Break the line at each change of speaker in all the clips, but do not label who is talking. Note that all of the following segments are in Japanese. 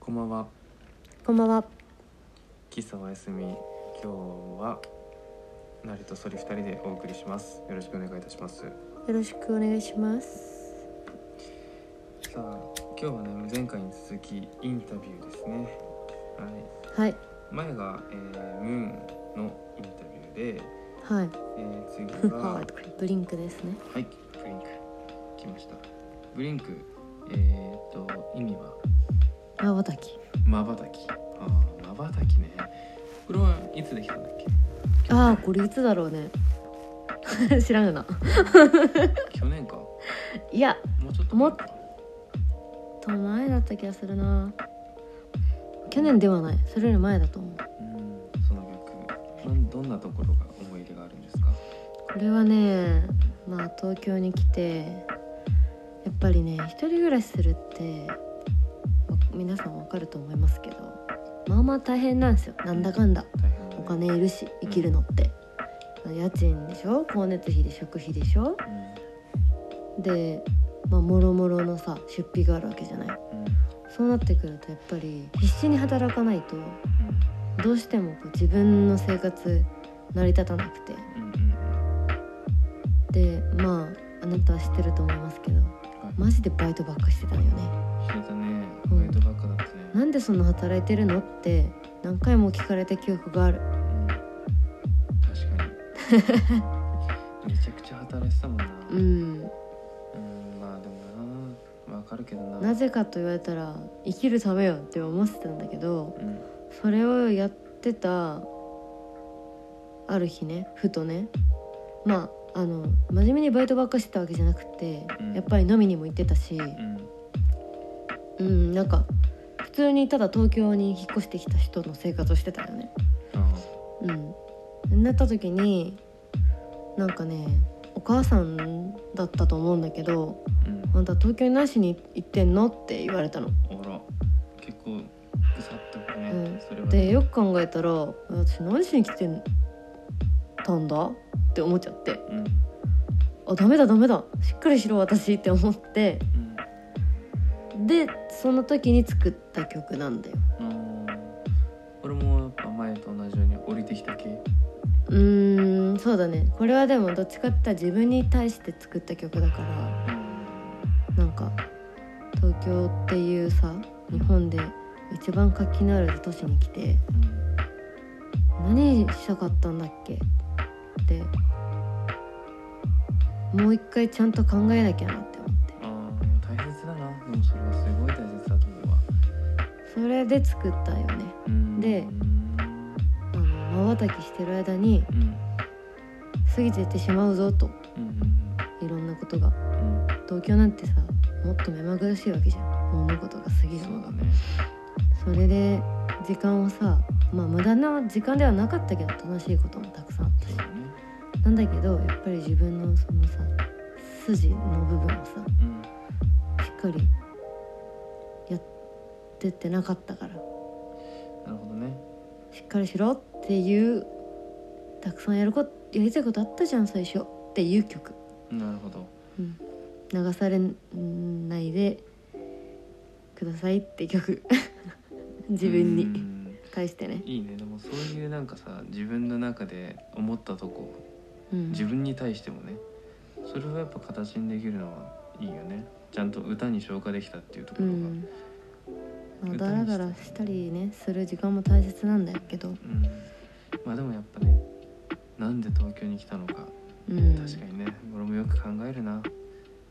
こんばんは。
こんばんは。
喫茶おやすみ。今日は。なりとそり二人でお送りします。よろしくお願いいたします。
よろしくお願いします。
さあ、今日はね、前回に続き、インタビューですね。はい。
はい。
前が、えー、ムーンのインタビューで。
はい。
えー、次が。は
はい。ブリンクですね。
い、ブリンク。来ました。ブリンク。えー、っと、意味は。
あ、わたき。
まばたき。ああ、まばたきね。これはいつできたんだっけ。
あー、これいつだろうね。 知らんよな。
去年か。
いや、
もうちょっと
も
前
っ
か。
と前だった気がするな。去年ではない。それより前だと思う。
うんその曲なんどんなところが思い入れがあるんですか
これはね、まあ東京に来て、やっぱりね、一人暮らしするって、ま皆さんわかると思いますけど、まあまあ大変なんですよ。なんだかんだ。
大変だね
お金いるし生きるのって、家賃でしょ光熱費で食費でしょでまあもろもろのさ出費があるわけじゃない
うんうん
そうなってくるとやっぱり必死に働かないとどうしてもこう自分の生活成り立たなくて
うんうんうん
でまああなたは知ってると思いますけど
はい
マジでバイトばっかしてたんよね
してたね
うん
バイトばっかだったね
なんでそんな働いてるのって何回も聞かれた記憶がある
うん確かにめちゃくちゃ働いてたもんな
う
うん
ん
まあでもなわかるけどな
なぜかと言われたら生きるためよって思ってたんだけど
うん
それをやってたある日ねふとねまああの真面目にバイトばっかしてたわけじゃなくて、
うん
やっぱり飲みにも行ってたし、
うん
うん、なんか普通にただ東京に引っ越してきた人の生活をしてたよね。
あ
うん、なった時になんかねお母さんだったと思うんだけど
うん
「あんた東京に何しに行ってんの?」って言われたの。
あら結構ぐさっとくね、
うん
それは
でよく考えたら「私何しに来てたんだ?」って思っちゃって。
うんうん
あダメだダメだしっかりしろ私って思ってでその時に作った曲なんだよ
うん俺もやっぱ前と同じように降りてきた系
うーんそうだねこれはでもどっちかって言ったら自分に対して作った曲だからなんか東京っていうさ日本で一番活気のある都市に来て
うん
何したかったんだっけってもう一回ちゃんと考えなきゃなって思って
あー大切だなでもそれはすごい大切だと思うわ、
それで作ったよね
うん
で
うん
あのまばたきしてる間に
うん
過ぎてってしまうぞと
うん
いろんなことが
うん
東京なんてさもっと目まぐるしいわけじゃん物事が過ぎる
そ
の
う
が
だね
それで時間をさまあ無駄な時間ではなかったけど楽しいこともたくさんあった
そう
し
だね
なんだけどやっぱり自分のそのさ筋の部分をさ
うん
しっかりやってってなかったから
なるほどね
しっかりしろっていうたくさんやることやりたいことあったじゃん最初っていう曲
なるほど
うん流されないでくださいって曲自分
う
に
ん
対してね、
いいねでもそういうなんかさ自分の中で思ったとこ
うん、
自分に対してもねそれはやっぱ形にできるのはいいよねちゃんと歌に消化できたっていうとこ
う
ろが、
んま
歌
あ
にして
だらだらしたりねする時間も大切なんだけど、
うんまあでもやっぱねなんで東京に来たのか
うん、
確かにね俺もよく考えるな、ま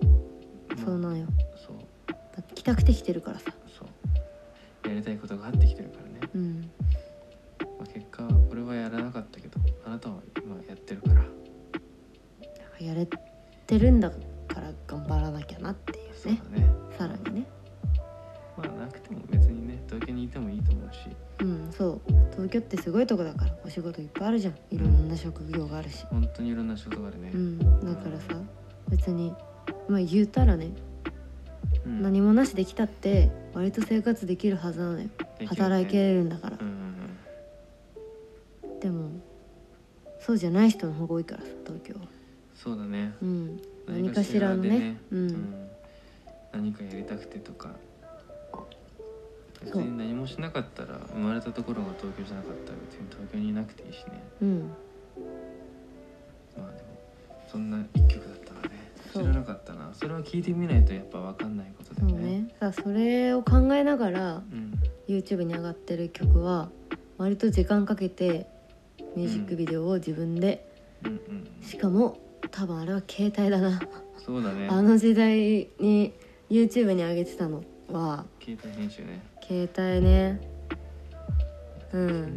あ
そうなんよ
そう
だって来たくて来てるからさ、
そうやりたいことがあってきてるからね、
うん、
まあ、結果俺はやらなかったけどあなたは今やってるから
だからやれてるんだから頑張らなきゃなっていう
そう
ね
だね
さらにね
まあなくても別にね東京にいてもいいと思うし
うんそう東京ってすごいとこだからお仕事いっぱいあるじゃんいろんな職業があるし
本当にいろんな仕事があるね、
うん、だからさ別にまあ言うたらね、
うん
何もなしできたって割と生活できるはずなのよ
できるね
働けるんだから
う、んうん
でもそうじゃない人の方が多いからさ東京は
うんそうだね
うん何かしらのねう
うんん、何かやりたくてとか別
そう
に何もしなかったら生まれたところが東京じゃなかったら別に東京にいなくていいしね
うん
まあでもそんな一曲だったらね知
そう
らなかったなそれは聞いてみないとやっぱ分かんないことだ
そう
よね
ねさあそれを考えながら
うん
YouTube に上がってる曲は割と時間かけてミュージックビデオを自分で、
うんうん
しかも多分あれは携帯だな、
そうだね
あの時代に YouTube に上げてたのは
携帯編集ね
携帯ね
大変
うん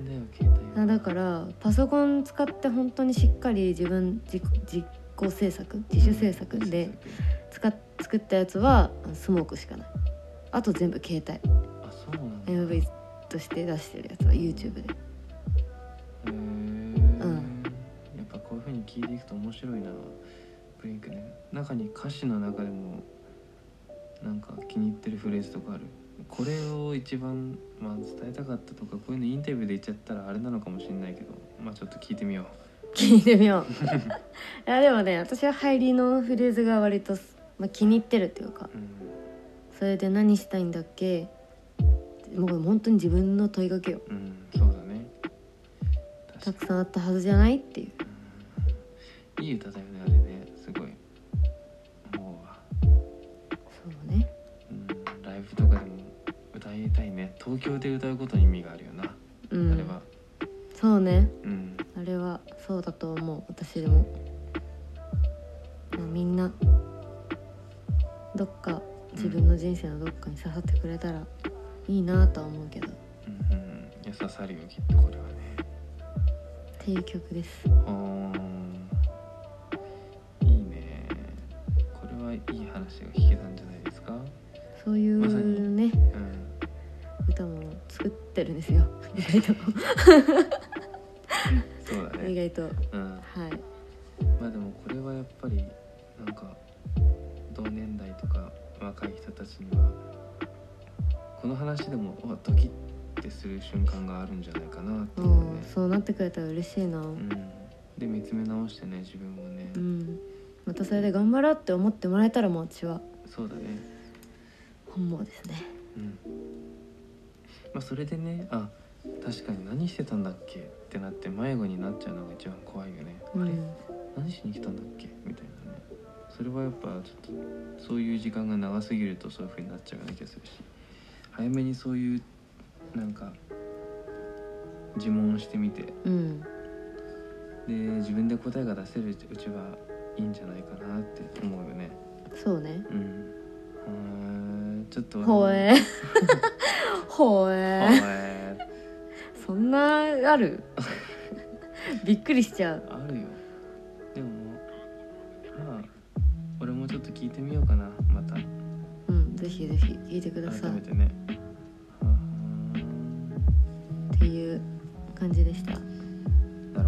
だよ携帯
あ
は
だからパソコン使って本当にしっかり自分自実行制作自主制作で
自主制
使っ作ったやつはあのスモークしかないあと全部携帯
作あそうなんだ
MV として出してるやつは YouTube で
へー
ん
やっぱこういう風に聞いていくと面白いなブレイクね中に歌詞の中でもなんか気に入ってるフレーズとかあるこれを一番、まあ、伝えたかったとかこういうのインタビューで言っちゃったらあれなのかもしれないけどまあちょっと聞いてみよ
聞いてみよういやでもね私は入りのフレーズが割と、まあ、気に入ってるっていうか
う、うん、
それで何したいんだっけもう本当に自分の問いかけよ
うん、そうだね確
た
か
くさんあったはずじゃないっていう
に、うんいい歌だよねあれねすごい思うわ、
そうね
うん、ライブとかでも歌いたいね東京で歌うことに意味があるよな、
う
あれ
ん
は
そうね
うん
あれはそうだと思う私でも、まあみんなどっか自分の人生のどっかに刺さってくれたらいいなとは思うけどっ
うんうん、いや刺さるよきっとこれはね
ていう曲です
うーんいいねこれはいい話が聞けたんじゃないですか
そうい
まさ
う
に
ね
うん
歌も作ってるんですよ意外と
そうだ
意
ね
外とは
うん
い
まあでもこれはやっぱりなんか同年代とか若い人たちにはこの話でもうわドキッてする瞬間があるんじゃないかなって
う
いうね
んそうなってくれたら嬉しいな
うんで見つめ直してね自分をね、
うんまたそれで頑張ろうって思ってもらえたらもう私は
そうだね
本望ですね
うんまあ、それでねあ確かに何してたんだっけってなって迷子になっちゃうのが一番怖いよね、
う
あれ
ん
何しに来たんだっけみたいなねそれはやっぱちょっとそういう時間が長すぎるとそういう風になっちゃうような気がするし早めにそういうなんか自問をしてみてで
うん
自分で答えが出せるうちはいいんじゃないかなって思うよね
そうね
うんうーんちょっと
ほえ ほ
ほ
え
え
そんなある びっくりしちゃう
あるよでもまあ俺もちょっと聞いてみようかなまた
うんぜひぜひ聞いてくだ
改
さい
め
って
ねうーん
ていう感じでした
なる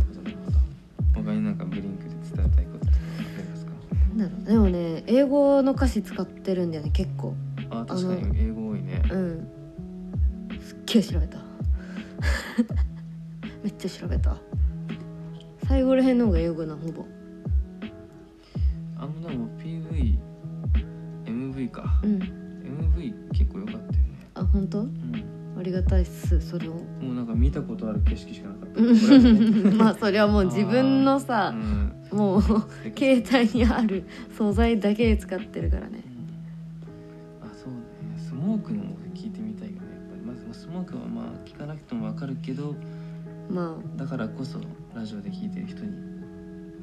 ほどなるほど他になんかブリンクで伝えたいこととかありますか
なんだろうでもね英語の歌詞使ってるんだよね結構
あ確かに英語多いね
うんすっげえ調べた めっちゃ調べた最後らへんの方が英語なほぼ
あのでも PVMV か
うん
MV 結構良かったよね
あ本当
うん
ありがたいっすそれを
もうなんか見たことある景色しかなかった
う
これはね
んまあそれ はもう自分の
う
さ
ん
もう
素敵
携帯にある素材だけ使ってるからね
あそうねスモークのも聞いてみたいよねやっぱりまずスモークはまあ聞かなくてもわかるけど
ま
だからこそラジオで聞いてる人に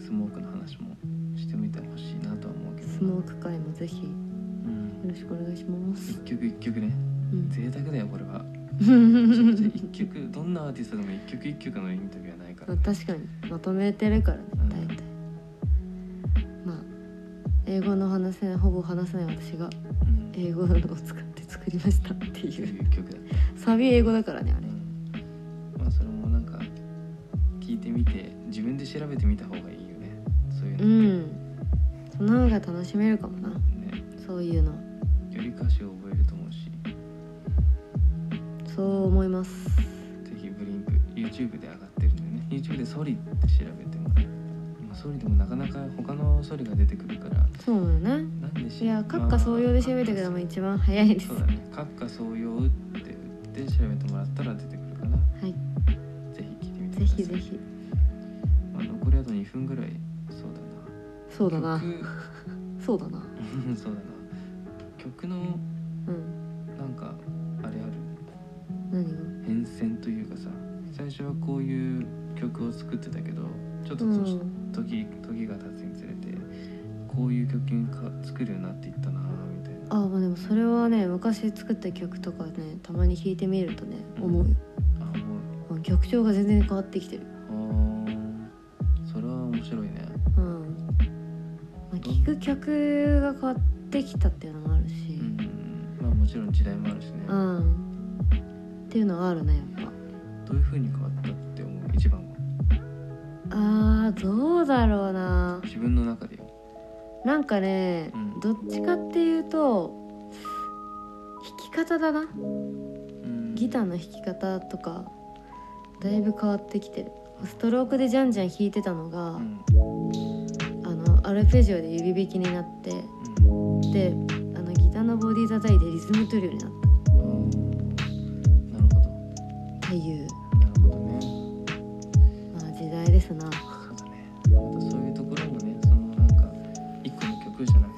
スモークの話もしてみてほしいなとは思うけ
あ
ど
スモーク会もぜひよ
うん
ろしくお願いします
一曲一曲ね
うん
贅沢だよこれ はめちゃくちゃ
ま
一曲どんなアーティストでも一曲一曲のインタビューはないから、
あ確かにまとめてるからね
うん
大体まあ英語の話せないほぼ話せない私が
うん、
英語のを使って作りましたって
一
い
曲
う
一曲だった、
サビ英語だからねあ
う
れ
ん、まあそれもなんか聞いてみて自分で調べてみた方がいいよねそういうの
う
っ
んその方が楽しめるかもな
てね、
そういうの
より歌詞を覚えると思うし
そう思います
ぜひブリンク YouTube で上がってるんでね YouTube で「ソリ」って調べてもらえれば今「ソリでもなかなか他のソリが出てくるから
そうよね
なんでし
いや閣下総用で調べてくれば一番早いです
そうだね閣下総用って打って調べてもらったら出てくるかな
はい
ぜひ聞いてみてく
ぜ
ださい
ひぜひ
まあ、残りあと2分ぐらいそう
そうだ
だな
な
曲
そうだな
そうだな曲の
うん
なんかあれある
何を
変遷というかさ最初はこういう曲を作ってたけどちょっと
うん
年時時が経つにつれてこういう曲にか作るようになっていったなみたいな
あまあでもそれはね昔作った曲とかねたまに弾いてみるとね
うん
思うよ、
あ思う
うん曲調が全然変わってきてる
あーそれは面白いね
うん、まあ、聴く曲が変わってきたっていうのもあるし
うんまあもちろん時代もあるしね
うん、っていうのはあるねやっ
どういう風に変わったって思う一番は
ぱあーどうだろうな
自分の中でよ
なんかね、
うん
どっちかっていうと弾き方だな
うん
ギターの弾き方とかだいぶ変わってきてるストロークでじゃんじゃん弾いてたのが、
うん
あのアルペジオで指弾きになって
うん
であのギターのボディ叩いてリズム取るようになっ
あーなるほど
たっていう、
なるほどね
まあ、時代ですな
そうだねまたそういうところもねそのなんか一個の曲じゃなく